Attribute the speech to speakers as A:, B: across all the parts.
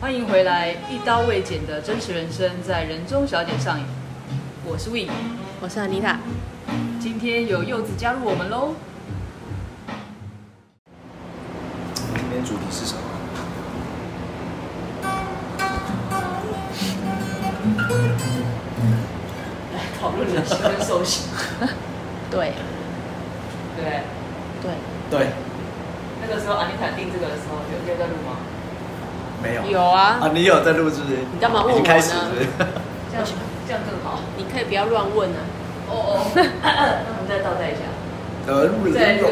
A: 欢迎回来，一刀未剪的真实人生在人中小姐上演。我是 Win，
B: 我是 Anita，
A: 今天有柚子加入我们喽。
C: 今天主题是什么？
A: 来讨论人性跟兽性，
B: 对
A: 对不对？
B: 对，
C: 对，
A: 那个时候安妮塔定这个的时候，有有在录吗？
C: 没有。
B: 有啊，
C: 啊，你有在录是不是？
B: 你干嘛问
C: 已
B: 我呢
C: 经开始是不是？
A: 这样这样更好。
B: 你可以不要乱问啊。
A: 哦哦， 那我们再倒带一下。
C: 呃，
A: 在
C: 录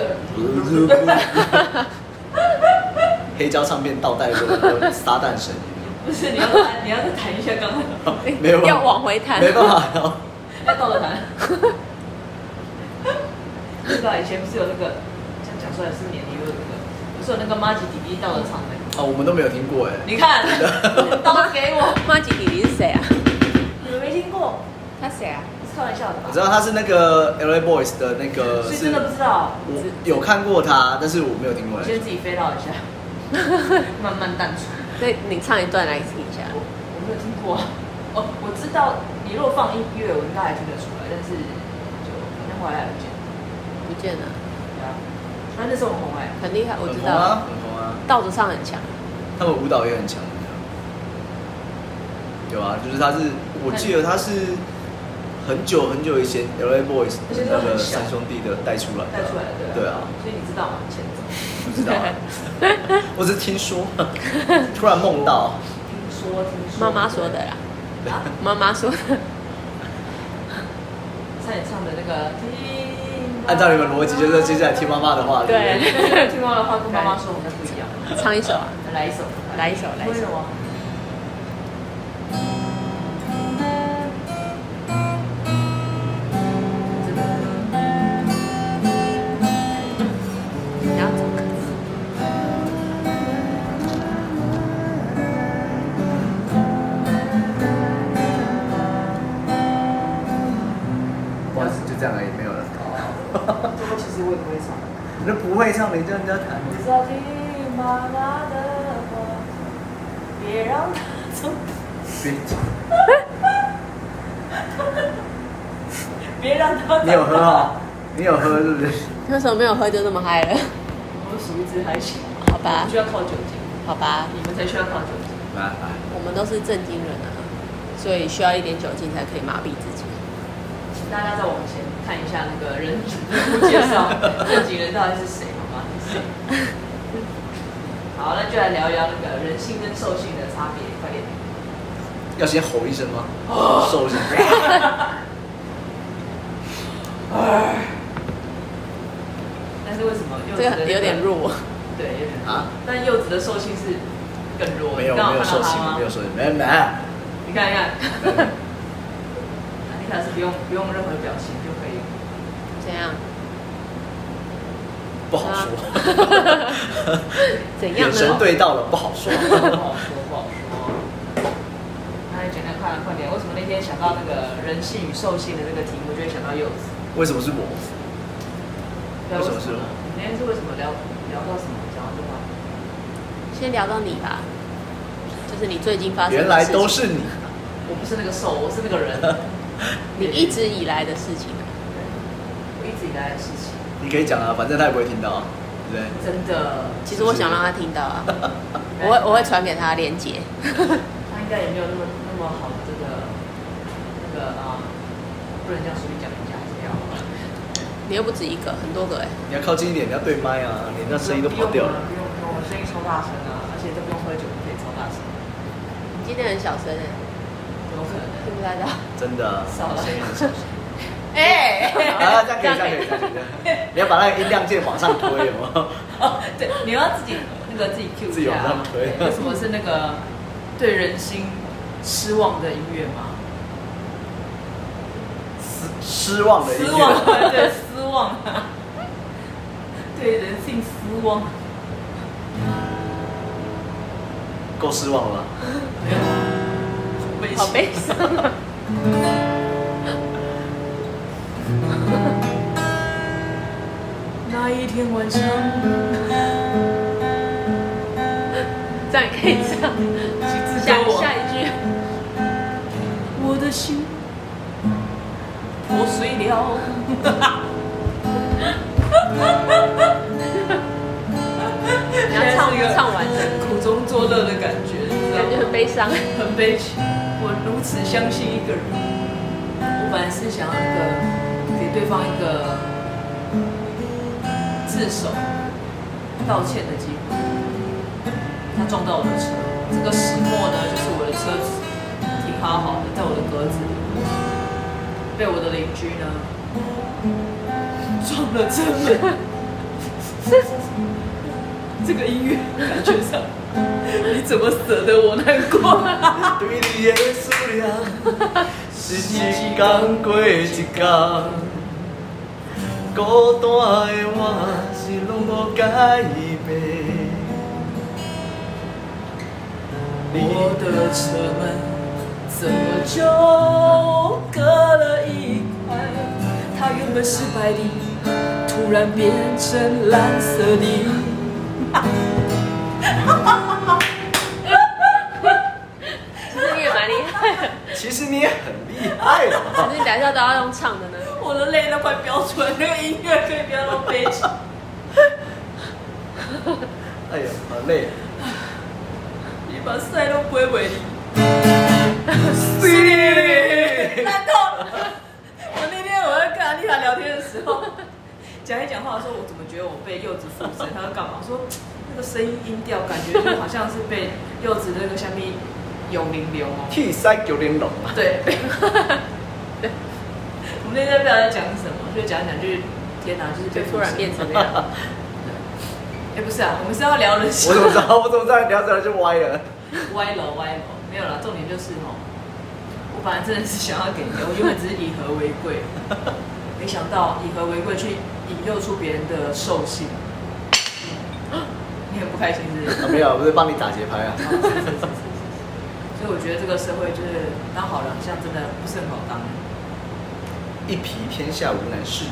C: 黑胶唱片倒带的撒旦神，
A: 不是 你要弹，你要再弹一下刚刚，
C: 没有办法啊
B: 要往回啊弹
C: 没办法，
A: 要倒着弹。 不知道以前不是有那个，这样讲出来是年龄有那个，不是有那个妈吉弟弟倒着唱 的。
C: 哦，我们都没有听过哎。
A: 你看，刀给我，
B: 妈吉弟弟是谁啊？
A: 你们没听过？
B: 他谁啊？
A: 是开玩笑的吧
C: 我知？道他是那个 LA Boys 的那个，
A: 所以
C: 是
A: 真的不知道，
C: 我有看过他，但是我没有听过
A: 我
C: 哎。
A: 先自己飞到一 下，慢慢淡出。
B: 那你唱一段来听一下。
A: 我没有听过，哦，我知道你如果放音乐，我应该还听得出来，但是就反正回来不见。
B: 不见了，
A: 对啊，那那时候很红哎、
B: 很厉害，我
C: 很
B: 知
C: 红
B: 道。
C: 啊，很红啊，
B: 倒着上很强，
C: 他们舞蹈也很强。有啊，就是他是，我记得他是很久很久以前 LA Boys
A: 而
C: 的
A: 且都
C: 那
A: 很
C: 个
A: 小
C: 三兄弟的带出来的啊，
A: 带出来的。
C: 对啊，
A: 所以你知道吗？前奏。
C: 不知道啊，我只是听说， 突然梦到，
A: 听说听说。
B: 妈妈说的啦，
A: 啊，
B: 妈妈说的。
A: 差点唱的那个。听
C: 按照你们逻辑，就是接下来听妈妈的话，对不对？
B: 对，
A: 听妈妈的话跟妈妈说好像不一样。
B: 唱一首啊。
A: 来一首，
B: 来一首来一首
A: 为什么？真的
B: 然后怎么
C: 哇，就这样而已，没有了。
A: 这个其实我也不会唱。
C: 你都不会唱，你叫人家弹，
A: 你知道听妈妈的话，别让她走，
C: 别讲
A: 别让她走。
C: 你有喝 啊？你有喝是不是？
B: 那时候没有喝就那么嗨了，
A: 我属于自嗨型，
B: 好吧
A: 不需？要靠酒精，
B: 好吧，
A: 你们才需要靠酒精。
C: 来来，
B: 我们都是正经人啊，所以需要一点酒精才可以麻痹自己。
A: 请大家再往前看一下那个人物介绍，这几人到底是谁，好 吗？是谁？好，那就来聊一聊那个人性跟兽性的差别，快点。
C: 要先吼一声吗？
A: 哦
C: 受伤。
A: 但是为什么柚子
B: 这
A: 的
B: 个
A: 那
B: 很有点弱，
A: 对，有点弱
C: 啊
A: 但柚子的兽性是更弱，
C: 没有
A: 你刚好
C: 没有
A: 看到
C: 受
A: 它
C: 刑
A: 吗，
C: 没有受刑，没没。
A: 你看一看，安妮塔是不用不用任何表情就可以。
B: 怎样？
C: 不好说，
B: 怎样
C: 眼神
B: 呢？
C: 对到了不好说。
A: 不好说，不好说。那你简单快点，快点！为什么那天想到那个人性与兽性的这个题目，就会想到柚子？
C: 为什么是我？
A: 对
C: 为什么是我
A: 你那天是为什么聊聊到什么讲到这话？
B: 先聊到你吧，就是你最近发生的
C: 原来
B: 事情
C: 都是你，
A: 我不是那个兽，我是那个 人。
B: 你一直以来的事情啊。
A: 我一直以来的事情，
C: 你可以讲啊，反正他也不会听到啊，对不
A: 真的，
B: 其实我想让他听到啊，
A: 对
B: 我会我会传给他链接。
A: 他应该也没有那么那么好的这个那个啊，不能这样随便讲人家，这样好吧。
B: 你又不止一个，很多个哎、
C: 对？你要靠近一点，你要对麦啊，你那声音都跑掉
B: 啊
C: 了。
A: 不用不用，我声音超大声啊，而且都不用喝酒就可以超大声，
B: 你今天很小声哎、
A: 有可 能。
B: 听不太到。
C: 真的啊，
A: 少了
C: 声音很小声。
B: 哎、
C: 啊，这样可以，这样可以，这样可以这样可以。你要把那个音量键往上推，有没有？
A: 哦，对，你要自己那个自己 Q
C: 自己
A: 一下
C: 往上
A: 啊。
C: 推
A: 为什么是那个对人心失望的音乐吗？
C: 失望的音
A: 失望
C: 乐，，
A: 对，失望啊。对过吗？
C: 够失望了吧。
A: 没
B: 好悲伤。
A: 那一天晚上，
B: 这样也可以唱。
A: 请自
B: 下
A: 救我。
B: 下一 句，
A: 我的心破碎了。
B: 你要唱唱完，
A: 苦中作乐的感觉，你知道
B: 感觉
A: 吗？
B: 很悲伤。
A: 很悲情。我如此相信一个人，我本来是想要一个给对方一个自首、道歉的机会。他撞到我的车，这个石墨呢，就是我的车子停好好的，在我的格子里，被我的邻居呢撞了车门。 这个音乐感觉上，你怎么舍得我难过、
C: 对你的思念，是一天过一天，孤单的我是拢无改变。
A: 我的车门怎么就隔了一块？它原本是白的，突然变成蓝色的。
B: 其实你也蛮厉害的，
C: 其实你也很厉
B: 可
C: 害了，
B: 是你等一下都要用唱的呢。
A: 我的泪都快飙出来，那个音乐可以不要那么悲情。
C: 哎呀，好累。
A: 你把赛都不会为你。难道我那天我在跟阿丽塔聊天的时候，讲一讲话的时候，我怎么觉得我被柚子附身？她说干嘛？我说那个声音音调感觉就好像是被柚子那个下面永灵流哦。
C: T 三九零龙啊，
A: 对， 对我们那天不知道在讲什么，就讲一讲就是天哪，就是被
B: 就
A: 附
B: 突然
A: 身
B: 变成那样，
A: 哎、不是啊，我们是要聊人性
C: 我怎么知道？我怎么知道？聊着聊就歪了。
A: 歪楼歪楼，没有啦，重点就是吼，我本来真的是想要 给你的，我原本只是以和为贵，没想到以和为贵去引诱出别人的兽性， 你很不开心是不 是？
C: 啊没有，不是帮你打节拍啊。
A: 所以我觉得这个社会就是当好人好像真的不是很好当，
C: 一皮天下无难事，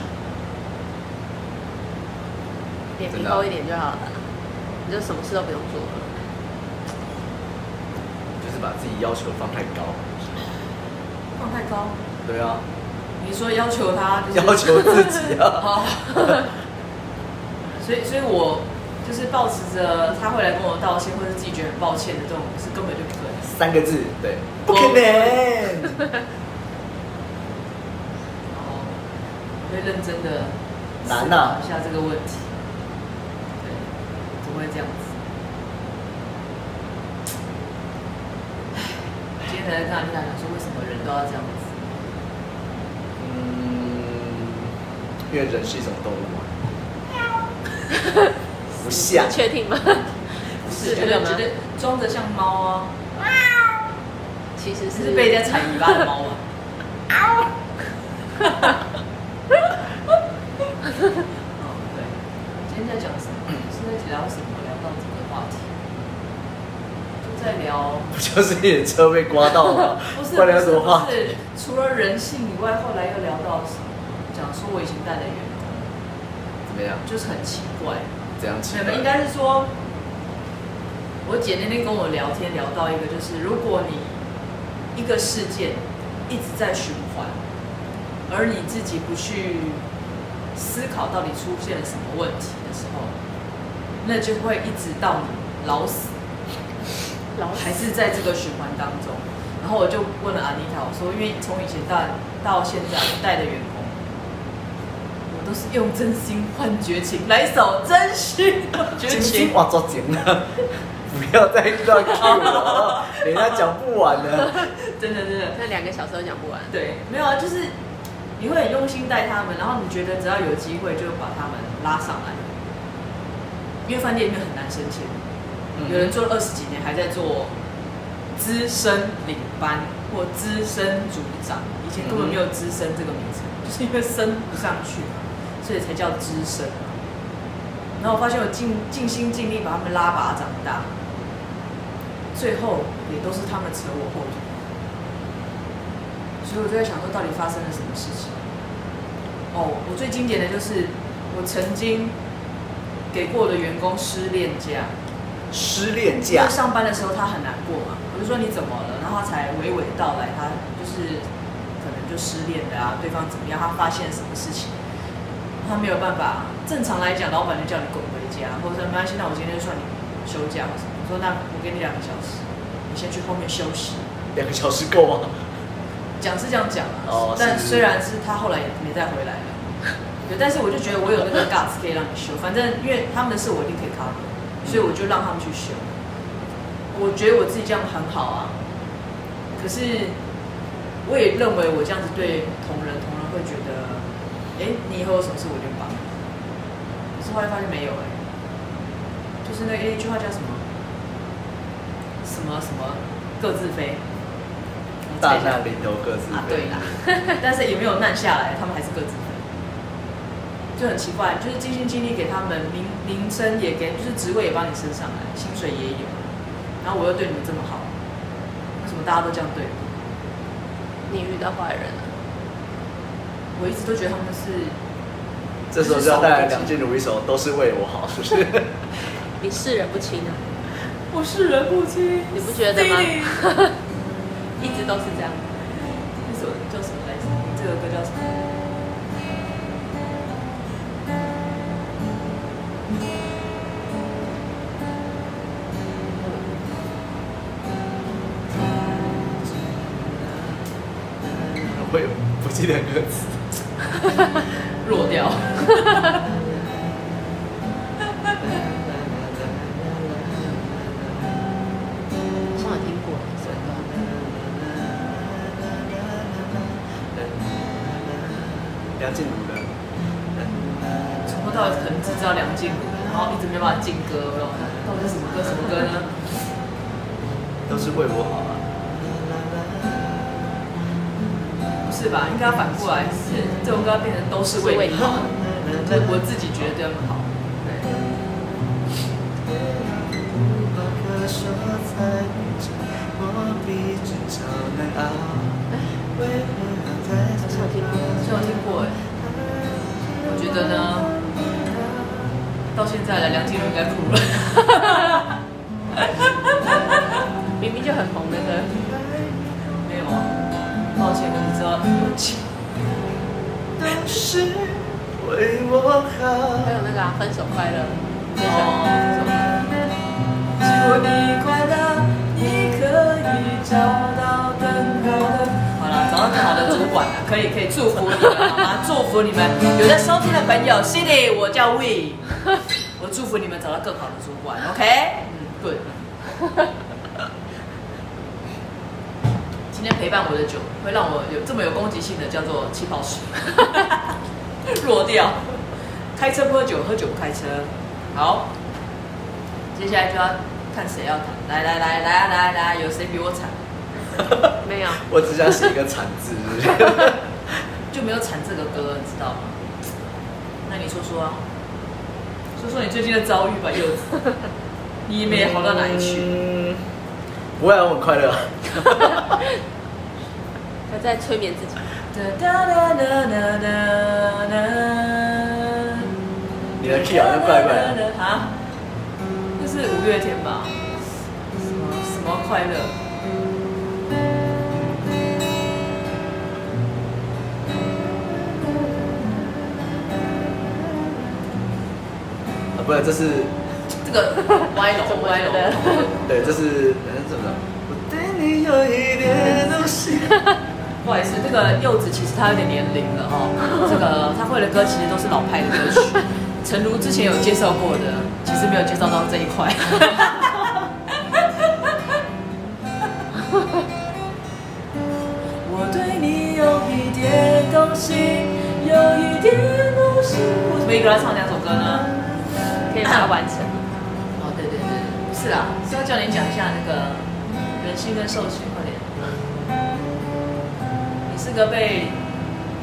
B: 脸皮厚一点就好了，你就什么事都不用做了。
C: 就是把自己要求放太高。
A: 放太高。
C: 对啊，
A: 你说要求他就是
C: 要求自己啊。
A: 好，所以所以我就是保持着他会来跟我道歉，或者自己觉得很抱歉的这种是根本就不可能。
C: 三个字，对，不可能。
A: 哦，会认真的
C: 难啊
A: 一下这个问题。对，怎么会这样子？唉今天才跟阿丽塔讲说，为什么人都要这样子？
C: 嗯，因为人是一种动物嘛。不像，
B: 确定吗？是
A: 觉
B: 这个
A: 得
B: 吗
A: 觉得装着像猫啊，
B: 其实
A: 只
B: 是
A: 是被人家踩尾巴的猫啊。 哦对，今天在讲什么？是在聊什么？聊到这个话题，就在聊。？
C: 不就是你的车被刮到吗
A: 不是
C: 然
A: 不
C: 有什
A: 是
C: 么话
A: 不？是，除了人性以外，后来又聊到什么？讲说我以前带的员工
C: 怎么样？
A: 就是很奇怪，
C: 怎样奇
A: 没
C: 怪
A: 有，应该是说，我姐那天跟我聊天聊到一个，就是如果你一个事件一直在循环，而你自己不去思考到底出现了什么问题的时候，那就会一直到你老死。
B: 老
A: 还是在这个循环当中。然后我就问了阿妮塔，我说，因为从以前到到现在，我带的员工，我都是用真心换绝情，来一首真心换绝
C: 金
A: 情
C: 金。哇，抓紧了， 不要再乱 Q 了，人家讲不完了。
A: 真的真的，
B: 那两个小时都讲不完。
A: 对，没有啊，就是你会很用心带他们，然后你觉得只要有机会就把他们拉上来，因为饭店里面很难升迁。
C: 嗯
A: 有人做了二十几年还在做资深领班或资深组长，以前根本没有资深这个名称，就是因为升不上去，所以才叫资深。然后我发现我尽尽心尽力把他们拉拔长大，最后也都是他们扯我后腿，所以我就在想说，到底发生了什么事情？哦，我最经典的就是我曾经给过我的员工失恋假，
C: 失
A: 因为
C: 恋假，
A: 上班的时候他很难过嘛，我就说你怎么了，然后他才娓娓道来，他就是可能就失恋的啊，对方怎么样，他发现了什么事情，他没有办法。正常来讲，老板就叫你滚回家，啊或者说没关系，那我今天就算你休假或什么。我说那我给你两个小时，你先去后面休息。
C: 两个小时够吗？
A: 讲是这样讲啊，
C: 哦
A: 但
C: 是
A: 虽然是他后来也没再回来 了，对，但是我就觉得我有那个 guts 可以让你修，反正因为他们的事我一定可以 cover，所以我就让他们去修。我觉得我自己这样很好啊，可是我也认为我这样子对同仁，同仁会觉得，哎、你以后有什么事我就帮你。可是后来发现没有哎、就是那那句话叫什么？什么什么各自飞？我
C: 大
A: 猜一下
C: 难临头各自飞
A: 啊，对啦， 但是也没有难下来，他们还是各自分，就很奇怪，就是尽心尽力给他们名名声也给，就是职位也帮你升上来，薪水也有，然后我又对你们这么好，为什么大家都这样对我？
B: 你遇到坏人了，
A: 我一直都觉得他们是
C: 这时候就要带来两句如意手，都是为我好，是 不是？
B: 你世人不清啊，
A: 我是人不清，
B: 你不觉得吗
A: Sting？
B: 一直都是这样。
A: 那首叫什么来着？这个歌叫什么？
C: 我也不记得歌词。
A: 弱掉。
B: 好像有听过这首歌，
C: 梁静茹的，
A: 从头到尾可能只知道梁静茹，然后一直没办法进歌，然后到底是什么歌什么歌呢？
C: 都是为我好啊。
A: 不是吧？应该要反过来，是这首歌要变成都是为你
B: 嗯
A: 好，就是我自己觉得很好。对，
B: 好像有听过。
A: 虽然我听过哎，我觉得呢，到现在了，梁静茹应该哭了。
B: 明明就很红的歌，
A: 没有啊，抱歉，我只知道有情。
C: 都是为我好
B: 还。有那个啊，《分手快乐》那首，
A: 哦，这首如果你快乐，你可以找到更好的。好了，找到更好的主管了，可以可以，祝福你们好吗？祝福你们有在收听的朋友，Cindy，我叫 We，我祝福你们找到更好的主管，OK？嗯，对。 今天陪伴我的酒，会让我有这么有攻击性的叫做气泡 水，弱掉。开车不喝酒，喝酒不开车。好，接下来就要看谁要谈。来来来来来来，有谁比我惨？
B: 没有，
C: 我只想写一个惨字，是不是？
A: 就没有惨这个歌，你知道吗？那你说说啊，说说你最近的遭遇吧，柚子。你没好到哪里去？
C: 嗯？不会啊，我很快乐啊。
B: 他在催眠自己。
A: 哒哒哒哒哒哒。
C: 你的 key 好像怪怪的。
A: 啊？那是五月天吧？什么什么快乐？
C: 啊，不然这是
A: 这个歪楼歪楼。
C: 对，这是嗯怎么了？我对你有一点东西。
A: 不好意思，这个柚子其实他有点年龄了哦。这个他会的歌其实都是老派的歌曲，诚如之前有介绍过的，其实没有介绍到这一块。我对你有一点东西，有一点东西。为什么一个人唱两首歌呢？
B: 可以把它 完成。
A: 哦，对对对，不是
B: 啊
A: 啦，是要叫你讲一下那个人性跟兽性，快点。你是个被，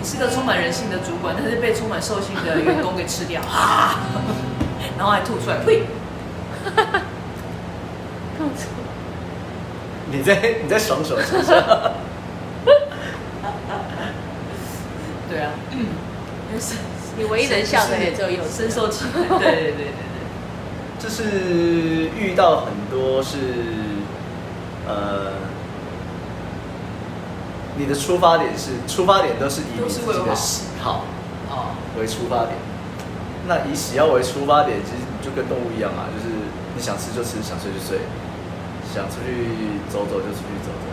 A: 你是个充满人性的主管，但是被充满兽性的员工给吃掉啊！然后还吐出来，呸！
B: 痛楚。
C: 你在你在爽手是不是？
A: 对啊，因为深
B: 你唯一能笑的也只有幼稚
A: 深 受其害。对对对对对，
C: 就是遇到很多是呃，你的出发点是出发点都是以你
A: 都
C: 自
A: 是
C: 己
A: 为我
C: 的
A: 好
C: 喜好
A: 哦，
C: 为出发点。那以喜好为出发点，其实你就跟动物一样啊，就是你想吃就吃，想睡就睡，想出去走走就出去走走。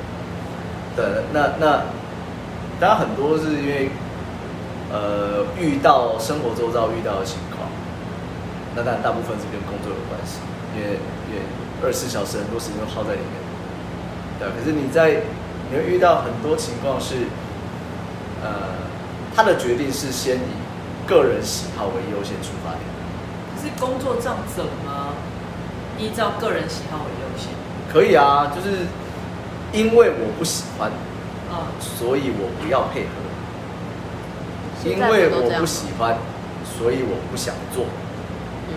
C: 对，那那当然很多是因为呃遇到生活周遭遇到的情况，那当然大部分是跟工作有关系，因为因为二十四小时很多时间都耗在里面。对，啊可是你在你会遇到很多情况是，呃，他的决定是先以个人喜好为优先出发点。
A: 可是工作上怎么依照个人喜好为优先？
C: 可以啊，就是因为我不喜欢，
A: 啊、
C: 所以我不要配合；因
B: 现在
C: 为
B: 都这
C: 我
B: 样
C: 不喜欢，所以我不想做。
B: 嗯，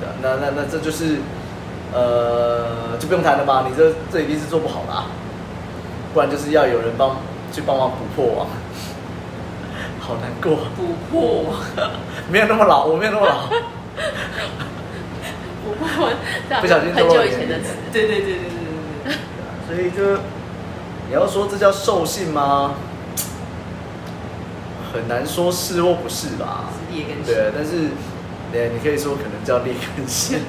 C: 对那那那这就是，呃，就不用谈了吧？你这这一定是做不好啦、啊不然就是要有人帮去帮忙补破网， 好难过，
A: 补破网，
C: 没有那么老，我没有那么老。
B: 我不我这
C: 不小心
B: 很
C: 透露
B: 久
C: 了
B: 以前的
C: 年
B: 词
C: 龄，
A: 对对对对对对对，
C: 所以就你要说这叫兽性吗？很难说是或不是吧。
A: 是劣根性。
C: 对，啊但是对，你可以说可能叫劣根性，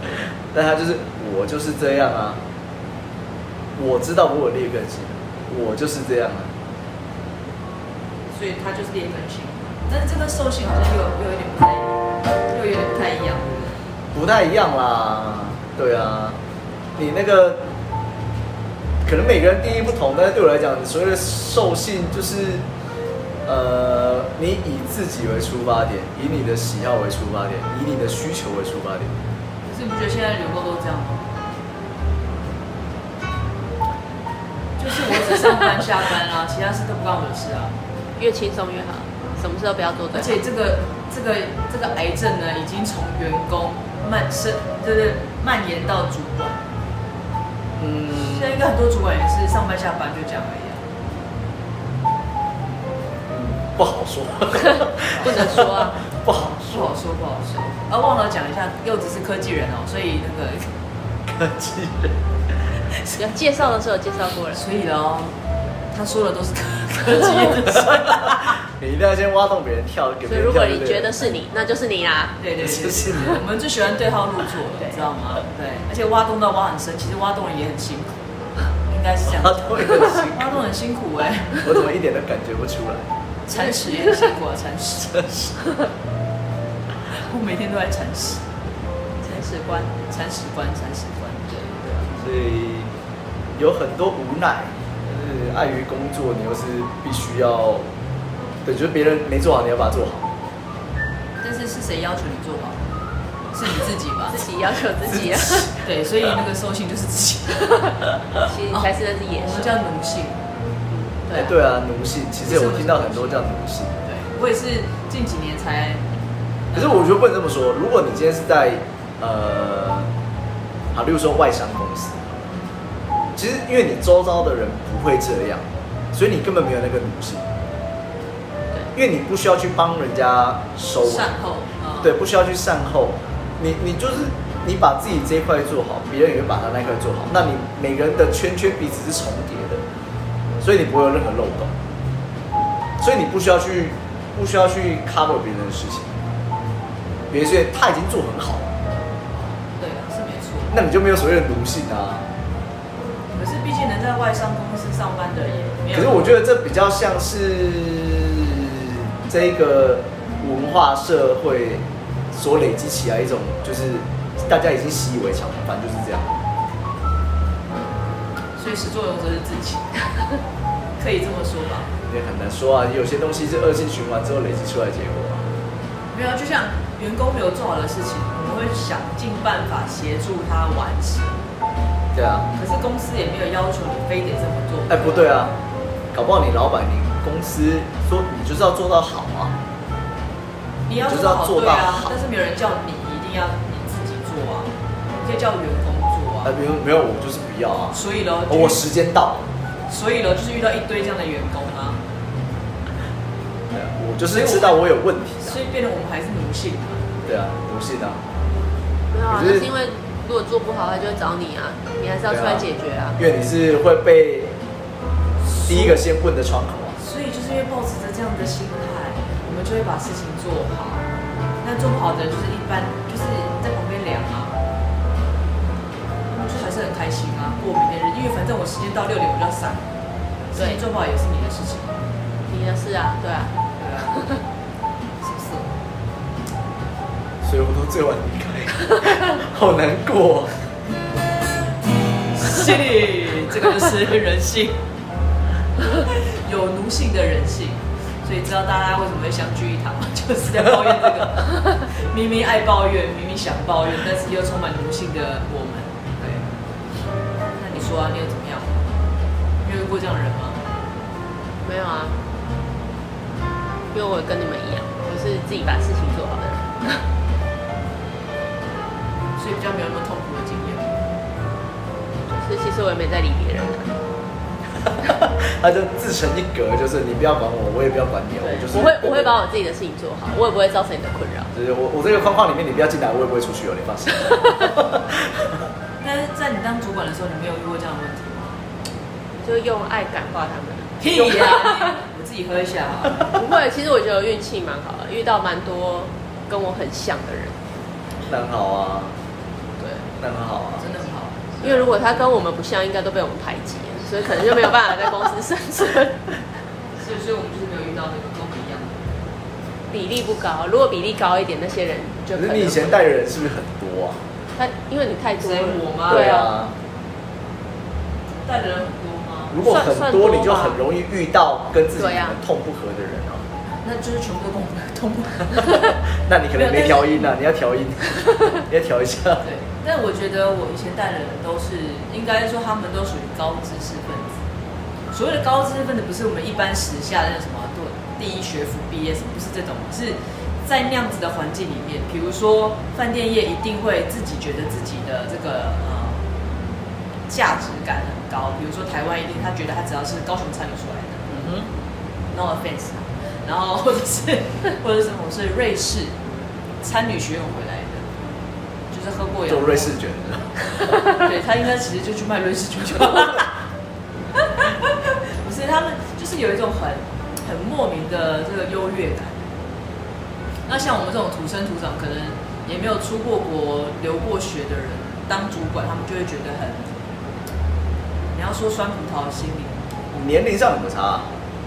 C: 但他就是我就是这样啊，我知道我有劣根性，我就是这样啊。
A: 所以它就是劣根性。但是这个兽性好像又又有点不太，又有点不太一样。
C: 不太一样啦。对啊，你那个可能每个人定义不同，但是对我来讲，所谓的兽性就是，呃，你以自己为出发点，以你的喜好为出发点，以你的需求为出发点。
A: 可是你不觉得现在流沟都这样吗？就是我只上班下班啊，其他事都不关我的事啊。
B: 越轻松越好，什么事都不要做对
A: 而
B: 了。
A: 且这个这个这个癌症呢，已经从员工蔓生，就是蔓延到主管。
C: 嗯，
A: 现在应该很多主管也是上班下班就这样而已、啊。
C: 不好说，
B: 不能说啊，
C: 不好
A: 不好
C: 说。
A: 说，不好说。啊，忘了讲一下，柚子是科技人哦，所以那个，
C: 科技人，
B: 要介绍的时候有介绍过 了。
A: 所以喽，他说的都是科科技人的事。
C: 你一定要先挖洞别人跳，给
B: 所
C: 别
B: 以
C: 人
B: 如
C: 跳
B: 果
C: 就对了。
B: 你觉得是你，那就是你 啦。
A: 对对对
C: 谢谢
A: 对
C: 你，
A: 我们最喜欢对号入座了，你知道吗？对，而且挖洞到挖很深，其实挖洞人也很辛苦，应该是这样
C: 挖
A: 讲。
C: 洞也很辛 苦
A: 挖洞很辛苦哎、
C: 我怎么一点都感觉不出来？
A: 铲屎也很辛苦啊，铲屎。
C: 真是
A: 我每天都在铲屎，
B: 铲屎官，
A: 铲屎官，铲屎官。对，
C: 所以有很多无奈，就是碍于工作，你又是必须要，对，就是别人没做好，你要把它做好。
A: 但是是谁要求你做好？是你自己 吧？
B: 自己要求自己啊，
A: 对，所以那个兽性就是自己，
B: 其实才是那只野
A: 我
B: 兽
A: 们。叫奴性。对
C: 哎
A: 啊，
C: 对啊，奴性，其实
A: 不是
C: 我听到很多叫奴性，
A: 对，啊我也是近几年才。
C: 可是我觉得不能这么说。如果你今天是在呃，好，例如说外商公司，其实因为你周遭的人不会这样，所以你根本没有那个奴性，因为你不需要去帮人家收尾
A: 善后，嗯
C: 对，，不需要去善后，你你就是你把自己这一块做好，别人也会把他那一块做好，那你每个人的圈圈彼此是重叠的，所以你不会有任何漏洞，所以你不需要去不需要去 cover 别人的事情，别人说他已经做很好了，
A: 对啊，是没错。
C: 那你就没有所谓的奴性啊。
A: 可是毕竟能在外商公司上班的也没有。
C: 可是我觉得这比较像是这个文化社会所累积起来一种，就是大家已经习以为常了，反正就是这样。
A: 所以始作俑者是自己， 可以这么说吧？
C: 也很难说啊，有些东西是恶性循环之后累积出来的结果啊。
A: 没有，就像员工没有做好的事情，我们会想尽办法协助他完成。
C: 对啊，
A: 可是公司也没有要求你非得这么做。
C: 哎，不对啊，搞不好你老板、你公司说你就是要做到好啊，
A: 你你要
C: 你
A: 做
C: 就是要
A: 好
C: 做
A: 对
C: 到
A: 啊
C: 好，
A: 但是没有人叫你一定要你自己做啊，你可以叫员工做啊。
C: 哎，没有没有，我就是不要啊，
A: 所以咯，
C: 哦我时间到了，
A: 所以咯，就是遇到一堆这样的员工啊，
C: 对啊，我就是知道我有问题啊
A: 所，以变得我们还是奴性啊。
C: 对啊，不信啊，
B: 没有啊，
C: 可
B: 那
C: 是
B: 是因为如果做不好，他就会找你啊，你还是要出来解决啊。
C: 因为你是会被第一个先问的窗口啊，
A: 所以就是因为抱持着这样的心态，我们就会把事情做好。那做不好的人就是一般就是在旁边凉啊，他们就还是很开心啊，过每天日，因为反正我时间到六点我就要散。所以
B: 对
A: 做不好也是你的事情，
B: 你的事啊，对啊，
A: 对啊，是不是？
C: 所以我都最晚离开，好难过哦。
A: 是，这个就是人性， 有奴性的人性，所以知道大家为什么会相聚一堂，就是在抱怨这 个，明明爱抱怨，明明想抱怨，但是又充满奴性的我们。对，那你说啊，你又怎么样？你有遇过这样的人吗？
B: 没有啊，因为我跟你们一样，我是自己把事情做好的人。
A: 所以比较没有那么痛苦的经验。
B: 所以其实我也没在理别人啊，
C: 他就自成一格，就是你不要管我，我也不要管你，我哎就是
B: 我会我会把我自己的事情做好，我也不会造成你的困扰。
C: 就是我我这个框框里面，你不要进来，我也不会出去哦，你放心。
A: 但是在你当主管的时候，你没有遇过这样的问题吗？
B: 就用爱感化他们。啊
A: 屁啊呀、 我自己喝一下好了。
B: 不会，其实我觉得我运气蛮好的，遇到蛮多跟我很像的人。
C: 那很好啊，
B: 对，
C: 那很好啊，
A: 真的很好。
B: 因为如果他跟我们不像，应该都被我们排挤了，所以可能就没有办法在公司生存，
A: 所以，所以我们就是没有遇到那个跟我们一样的。
B: 比例不高。如果比例高一点，那些人就
C: 可
B: 可能
C: 是你以前带的人是不是很多啊？
B: 他，因为你太多了，
A: 谁我吗
B: 对啊，，
A: 带的人很多吗？
C: 如果很
B: 算算多
C: 多，
B: 吧
C: 你就很容易遇到跟自己
B: 对啊
C: 很痛不合的人啊。
A: 那就是全部都跟我们同步。
C: 那你可能
A: 没
C: 没
A: 有
C: 调音啊，你要调音， 你要调一下。
A: 对，但我觉得我以前带的人都是，应该说他们都属于高知识分子。所谓的高知识分子，不是我们一般时下的那什么对第一学府毕业什么，不是这种，是在那样子的环境里面，比如说饭店业一定会自己觉得自己的这个呃价值感很高，比如说台湾一定他觉得他只要是高雄餐饮出来的，
C: 嗯哼，
A: no offense，啊然后或者是或者是什么是瑞士餐旅学院回来的，就是喝过
C: 做
A: 有
C: 瑞士，卷的，
A: 对他应该其实就去卖瑞士 卷就好了。不是他们就是有一种很很莫名的这个优越感。那像我们这种土生土长，可能也没有出过国、留过学的人，当主管他们就会觉得很，你要说酸葡萄心理，
C: 年龄上有没有差啊？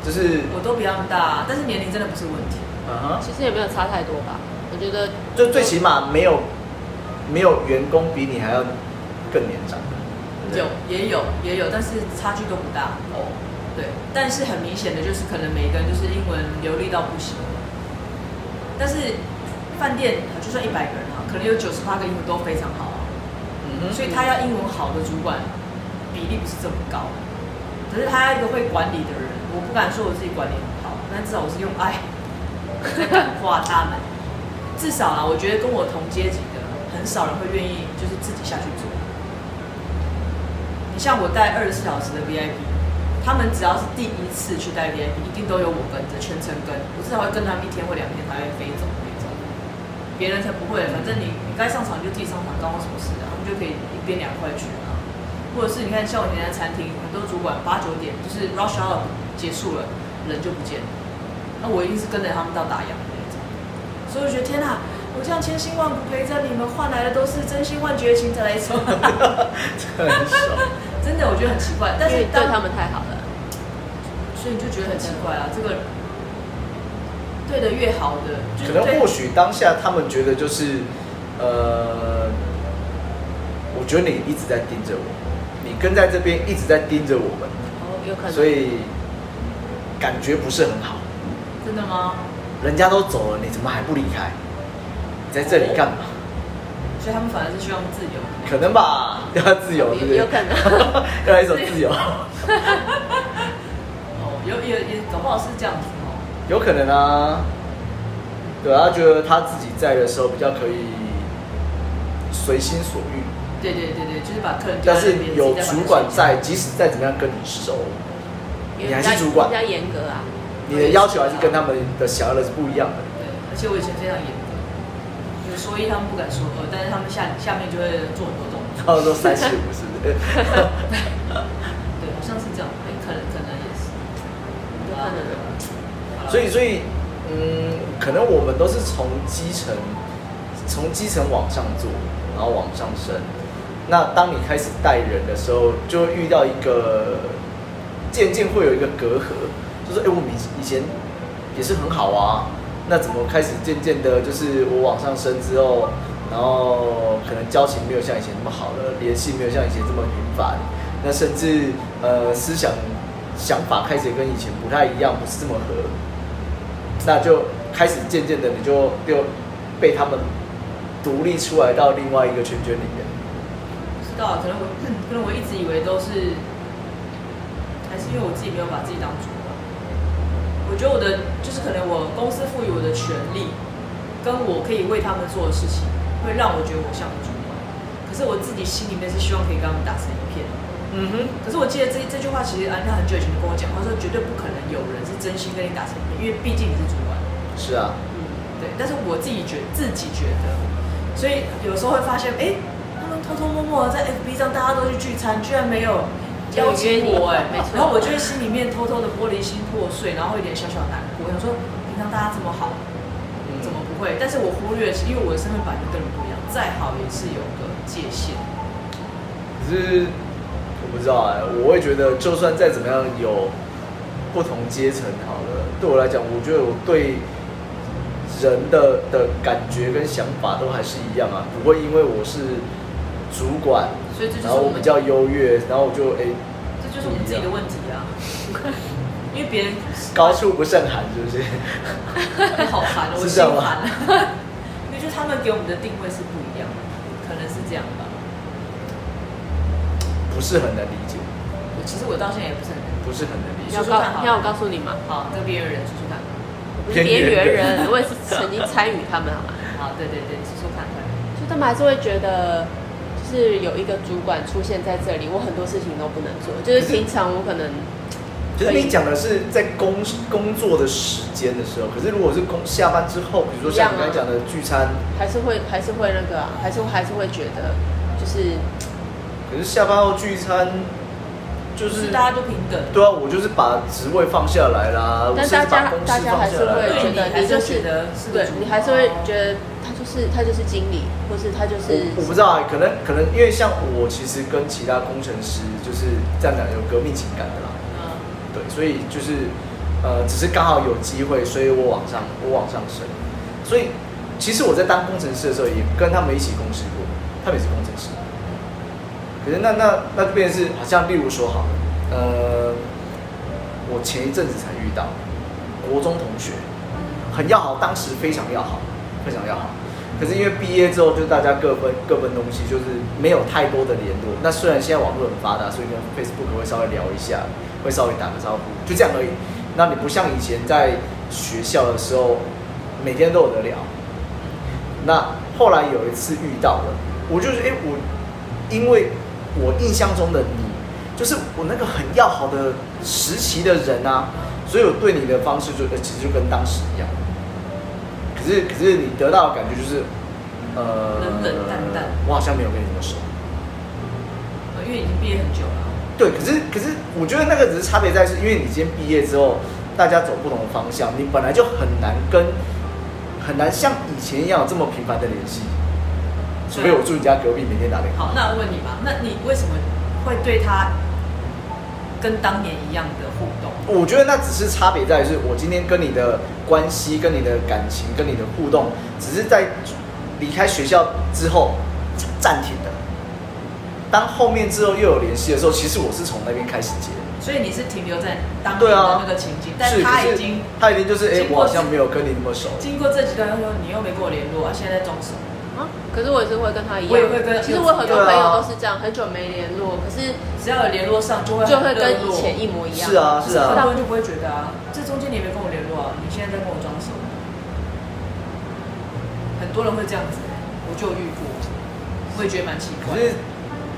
C: 就是，
A: 我都比他们大啊，但是年龄真的不是问题。
C: 嗯哼，
B: 其实也没有差太多吧。我觉得
C: 就最起码没有没有员工比你还要更年长。
A: 有也有也有，但是差距都不大。
C: 哦，
A: 对，但是很明显的就是，可能每个人就是英文流利到不行。但是饭店就算一百个人哈，可能有九十八个英文都非常好啊，
C: 嗯哼，
A: 所以他要英文好的主管比例不是这么高。可是他要一个会管理的人，我不敢说我自己管理很好，但至少我是用爱在感化他 们。至少啦，我觉得跟我同阶级的很少人会愿意就是自己下去做。你像我带二十四小时的 VIP，他们只要是第一次去带 VIP，一定都有我跟着，全程跟，我至少会跟他们一天或两天，他会飞走飞走。别人才不会，反正你你该上场你就自己上场，关我什么事啊？他们就可以一边两块去啊。或者是你看，像我以前在餐厅，很多主管八九点就是 rush hour 结束了，人就不见了。那我一定是跟着他们到打烊的那种。所以我觉得天哪、我这样千辛万苦陪着你们，换来的都是真心换绝情才来 说，
C: 很少。
A: 真的我觉得很奇怪。但
B: 因
A: 是
B: 为对
A: 当
B: 他们太好了，
A: 所以你就觉得很奇怪啊，这个对的越好的，就是
C: 可能
A: 对
C: 或许当下他们觉得就是，呃，我觉得你一直在盯着我，你跟在这边一直在盯着我们，
B: 哦，有可能。
C: 所以感觉不是很好。
A: 真的吗？
C: 人家都走了，你怎么还不离开？你在这里干嘛？
A: 所以他们反而是希望自由。
C: 可能吧， 要自由，对不对？
B: 有有可能
C: 要来一首 自由，
A: 哦，有也也搞不好是这样子哦。
C: 有可能啊。对，他觉得他自己在的时候比较可以随心所欲，
A: 对对对对，就是把客人丢
C: 但
A: 在
C: 是
A: 那边
C: 有
A: 自己再把它
C: 主管
A: 处理
C: 在，即使再怎么样跟你熟，
B: 因
C: 你
B: 为
C: 还
B: 比
C: 是
B: 较
C: 主管
B: 比较严格啊。
C: 你的要求还是跟他们的想要的是不一样的。
A: 对，而且我以前非常严格，有说一他们不敢说二，但是他们下下面就会做很多动作。
C: 然后说三十五是不是？
A: 对，好像是这样，哎，可能可能也是。
B: 有可能
A: 好了
C: 所以，所以，嗯，可能我们都是从基层，从基层往上做，然后往上升。那当你开始带人的时候，就会遇到一个，渐渐会有一个隔阂，就是哎、诶我们以以前也是很好啊，那怎么开始渐渐的，就是我往上升之后，然后可能交情没有像以前那么好了，联系没有像以前这么频繁，那甚至呃思想想法开始跟以前不太一样，不是这么合，那就开始渐渐的你就又被他们独立出来到另外一个圈圈里面，
A: 不知道，啊可能我 可能我一直以为都是，还是因为我自己没有把自己当主管。我觉得我的就是可能我公司赋予我的权利，跟我可以为他们做的事情，会让我觉得我像主管。可是我自己心里面是希望可以跟他们打成一片。
C: 嗯哼。
A: 可是我记得这这句话，其实安他很久以前就跟我讲，他说绝对不可能有人是真心跟你打成一片，因为毕竟你是主管。
C: 是啊，
A: 对，但是我自己觉自己觉得，所以有时候会发现，哎、他们偷偷摸摸地在 FB 上大家都去聚餐，居然没有邀请我、哎，
B: 没错
A: 然后我就会心里面偷偷的玻璃心破碎，然后有点小小难过，想说平常大家这么好，
C: 嗯
A: 怎么不会？但是我忽略的是，因为我的身份本来就跟人不一样，再好也是有个界限。
C: 可是我不知道哎、我会觉得就算再怎么样有不同阶层好了，对我来讲，我觉得我对人的的感觉跟想法都还是一样啊，不会因为我是主管，
A: 所以这就是
C: 然后
A: 我
C: 我
A: 们
C: 比较优越，然后我就哎、
A: 这就是我们自己的问题啊，因为别人
C: 高处不胜寒，是不 是？
A: 你好烦，我
C: 是
A: 心
C: 这样吗
A: 烦。 因为就他们给我们的定位是不一样的，可能是这样吧。
C: 不是很能理解，
A: 我其实我到现在也不是很能
C: 不是很能理
A: 你
C: 解
A: 说
B: 要
A: 说看好
B: 告
A: 了
B: 要我告诉你吗？
A: 好跟边缘人说说看。
B: 我是边
C: 边缘
B: 缘
C: 人
B: 人，我也是曾经参与他们好吗？
A: 好，对对对，说说看看。
B: 就他们还是会觉得，就是有一个主管出现在这里，我很多事情都不能做。就是平常我可能，
C: 可是你讲的是在工工作的时间的时候，可是如果是工下班之后，比如说像你刚才讲的聚餐，
B: 还是会还是会那个、啊，还是还是会觉得，就是
C: 可是下班后聚餐就
A: 就是
C: 是
A: 大家都平等，
C: 对啊，我就是把职位放下来啦，呃我
B: 但
C: 甚至把
B: 大家
C: 公司
B: 大家
C: 放
B: 还
C: 下
B: 是
C: 来
B: 会
C: 啦
A: 对
B: 觉得你就
A: 还是
B: 是
A: 觉得是个
B: 对
A: 主啊
B: 你还是会觉得他就是他就是经理，或是他就是
C: 我我不知道啊，可能可能因为像我其实跟其他工程师就是站长有革命情感的啦，
A: 嗯，
C: 对，所以就是呃，只是刚好有机会，所以我往上我往上升，所以其实我在当工程师的时候也跟他们一起共事过，他们也是工程师，可是那那那就变成是好像例如说好了，呃，我前一阵子才遇到国中同学，很要好，当时非常要好，非常要好。可是因为毕业之后，就大家各分各分东西，就是没有太多的联络。那虽然现在网络很发达，所以跟 Facebook 会稍微聊一下，会稍微打个招呼，就这样而已。那你不像以前在学校的时候，每天都有得聊。那后来有一次遇到了，我就是哎、诶我因为我印象中的你，就是我那个很要好的时期的人啊，所以我对你的方式就呃其实就跟当时一样。可是可是你得到的感觉就是，呃，
A: 冷冷淡淡
C: 我好像没有跟你那么熟。
A: 因为已经毕业很久了，
C: 对，可是可是我觉得那个只是差别在是，因为你今天毕业之后，大家走不同的方向，你本来就很难跟很难像以前一样有这么频繁的联系，除非我住你家隔壁，每天打电话。
A: 好，那我问你吧，那你为什么会对他跟当年一样的互动？
C: 我觉得那只是差别在于是，我今天跟你的关系、跟你的感情、跟你的互动，只是在离开学校之后暂停的。当后面之后又有联系的时候，其实我是从那边开始接的。
A: 所以你是停留在当年
C: 对
A: 的
C: 啊
A: 那个情景，但
C: 是
A: 他
C: 可是
A: 已经
C: 他已经就是哎、
A: 经过
C: 我好像没有跟你那么熟。
A: 经过这几段，他说你又没跟我联络啊，现在在装什么？
B: 啊，可是我也是会跟他一样，
A: 我也会跟
B: 其实我很多朋
C: 对
B: 友都
C: 啊
B: 是这样，很久没联络，可是
A: 只要有联络上，就会
B: 就会跟
A: 很热络
B: 以前一模一样。
C: 是啊，是
A: 很
C: 啊
A: 多。人就不会觉得啊，这中间你也没跟我联络啊，你现在在跟我装熟，多人会这样子，我就有遇过，我也觉得蛮奇怪
C: 可。是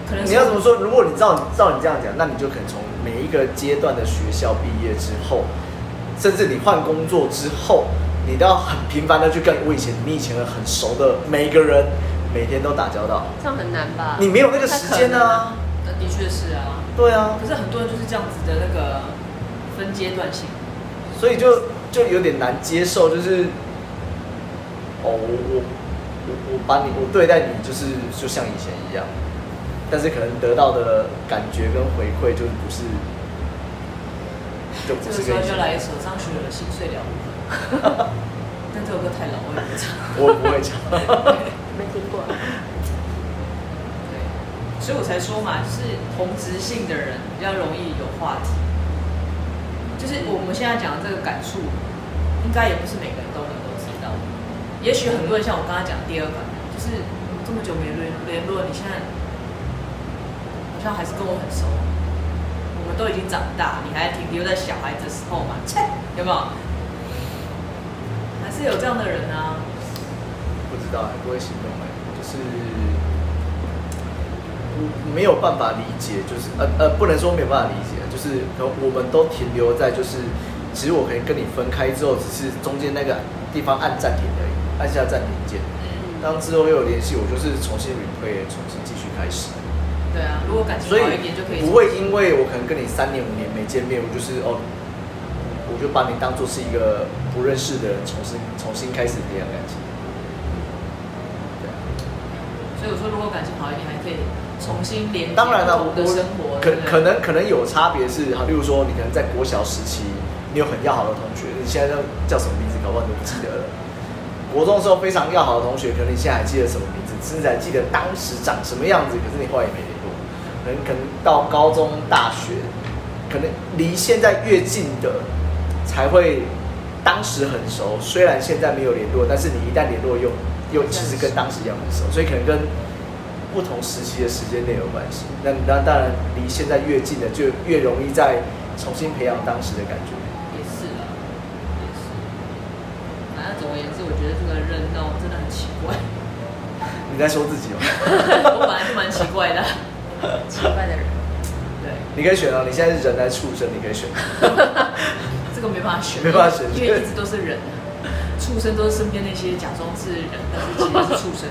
A: 可能是
C: 你要怎么说？如果你照你照你这样讲，那你就可能从每一个阶段的学校毕业之后，甚至你换工作之后，你都要很频繁的去跟我以前你以前很熟的每一个人，每天都打交道，
B: 这样很难吧？
C: 你没有那个时间啊。
A: 那的确是啊，
C: 对啊，
A: 可是很多人就是这样子的那个分阶段性。
C: 所以就就有点难接受，就是哦，我我我我把你我对待你就是就像以前一样，但是可能得到的感觉跟回馈就不是，就
A: 这个
C: 不是
A: 时候
C: 跟以
A: 就
C: 前
A: 来一首张学友的《心碎了无痕》， 但这首歌太老，我也不唱。
C: 我不会唱。
B: 没听过，
A: 对，所以我才说嘛，就是同质性的人比较容易有话题。就是我们现在讲的这个感触，应该也不是每个人都能够知道。也许很多人像我刚刚讲的第二感，就是我们这么久没联联络，你现在好像还是跟我很熟。我们都已经长大，你还停留在小孩的时候嘛？切，有没有？还是有这样的人啊。
C: 不知道，不会行动哎，就是我没有办法理解，就是呃呃，不能说没有办法理解，就是可能我们都停留在就是，其实我可能跟你分开之后，只是中间那个地方按暂停而已，按下暂停键。
B: 嗯
C: 当之后又有联系，我就是重新 replay，重新继续开始。
A: 对啊，如果感情
C: 所以
A: 好一点就可以。
C: 不会因为我可能跟你三年五年没见面，我就是哦，我就把你当做是一个不认识的人，重新重新开始培养感情。对啊。
A: 所以我说，如果感情好一点，还可以重新连接
C: 当然了，
A: 不
C: 我
A: 同的
C: 我
A: 生活，
C: 可
A: 对不对
C: 可能可能有差别是，好，例如说你可能在国小时期，你有很要好的同学，你现在叫叫什么名字，搞不好你都不记得了。国中的时候非常要好的同学，可能你现在还记得什么名字，甚至还记得当时长什么样子，可是你后来也没联络。可能可能到高中、大学，可能离现在越近的，才会当时很熟，虽然现在没有联络，但是你一旦联络又又其实跟当时一样很熟，所以可能跟不同时期的时间内有关系。那那当然离现在越近的，就越容易再重新培养当时的感觉。
A: 也是啦，也是。反正总而言之，我觉得这个人哦，真的很奇怪。
C: 你在说自己 吗？
A: 我本来就蛮奇怪的，
B: 奇怪的人，
A: 对，
C: 你可以选啊，你现在是人还是畜生？你可以选。
A: 这个没办法选，
C: 没办法选
A: 因为一直都是人，畜生都是身边那些假装是人，但是其实是畜生，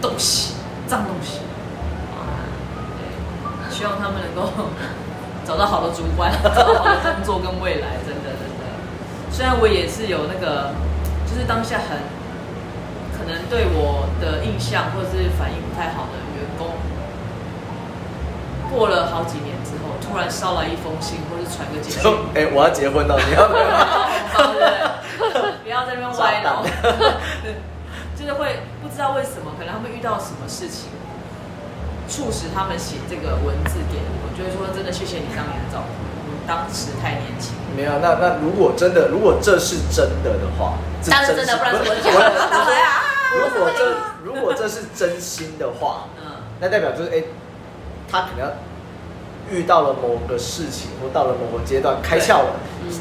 A: 东西，脏东西。对，希望他们能够找到好的主管， 找到好的工作跟未来，真的真的。虽然我也是有那个，就是当下很可能对我的印象或是反应不太好的员工，过了好几年之后，突然捎来一封信或是传个简讯
C: 说，哎、我要结婚了，你要不要？
A: 好的，不要在那边歪 了， 就是会不知道为什么，可能他们遇到什么事情，促使他们写这个文字给我，就会说真的谢谢你当年的照顾，我当时太年轻。
C: 没有，啊那那如果真的，如果这是真的的话，这
B: 当然
C: 是
B: 真的不然怎 么
C: 我
B: 讲
A: 当然啊，
C: 如果这如果这是真心的话，
A: 嗯，
C: 那代表就是哎、他可能遇到了某个事情，或到了某个阶段开窍了，
B: 嗯，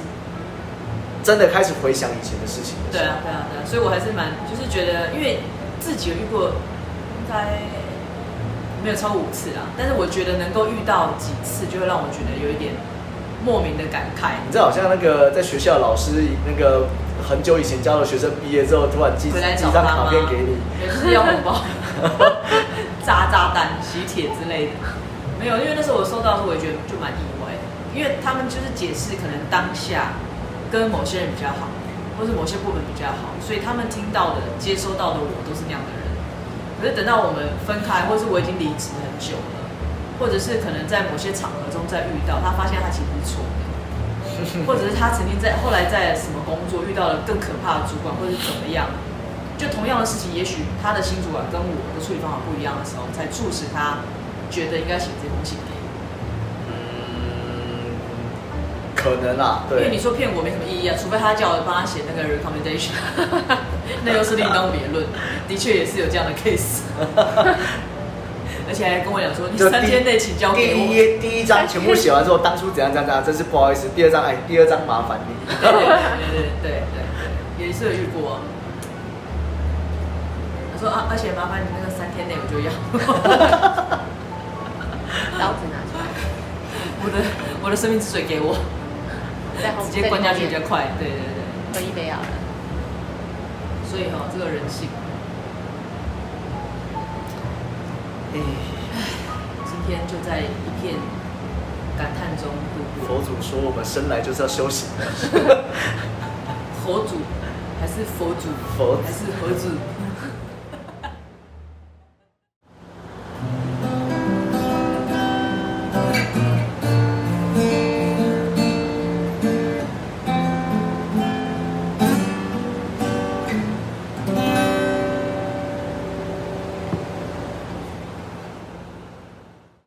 C: 真的开始回想以前的事情的
A: 对
C: 时候
A: 啊，对啊，对啊，所以我还是蛮就是觉得，因为自己有遇过，应该没有超过五次啊，但是我觉得能够遇到几次，就会让我觉得有一点莫名的感慨。
C: 你知道，好像那个在学校老师那个很久以前教的学生毕业之后，突然寄
A: 回来
C: 寄
A: 找
C: 张
A: 他
C: 卡
A: 吗？
C: 片给你，
A: 对就是要红 包、炸炸弹、喜帖之类的。没有，因为那时候我收到的时候，我也觉得就蛮意外的，因为他们就是解释可能当下跟某些人比较好，或是某些部门比较好，所以他们听到的、接收到的我都是那样的人。可是等到我们分开，或是我已经离职很久了，或者是可能在某些场合中再遇到，他发现他其实是错 的。或者是他曾经在后来在什么工作遇到了更可怕的主管，或者是怎么样，就同样的事情，也许他的新主管跟我的处理方法不一样的时候，才促使他觉得应该写这封信给你。
C: 嗯，可能啦，
A: 因为你
C: 对，
A: 说骗我没什么意义啊，除非他叫我帮他写那个 recommendation，那又是另当别论。的确也是有这样的 case，而且还跟我讲说你三天内请交
C: 第
A: 给
C: 一
A: 我。
C: 页第一章全部写完之后，当初怎样怎样怎样，真是不好意思。第二章哎，第二章麻烦你。
A: 对对对对对对对，也是有遇过啊。说啊，而且麻烦你那个三天内我就要
B: 刀子拿出来，
A: 我的我的生命之水给我，
B: 在后
A: 直接灌下去比较
B: 在你后
A: 快。对对对，
B: 面喝一杯好了。
A: 所以哈、这个人性， 今天就在一片感叹中度过。
C: 佛祖说我们生来就是要修行的，
A: 佛祖还是佛祖，
C: 佛
A: 还是佛祖，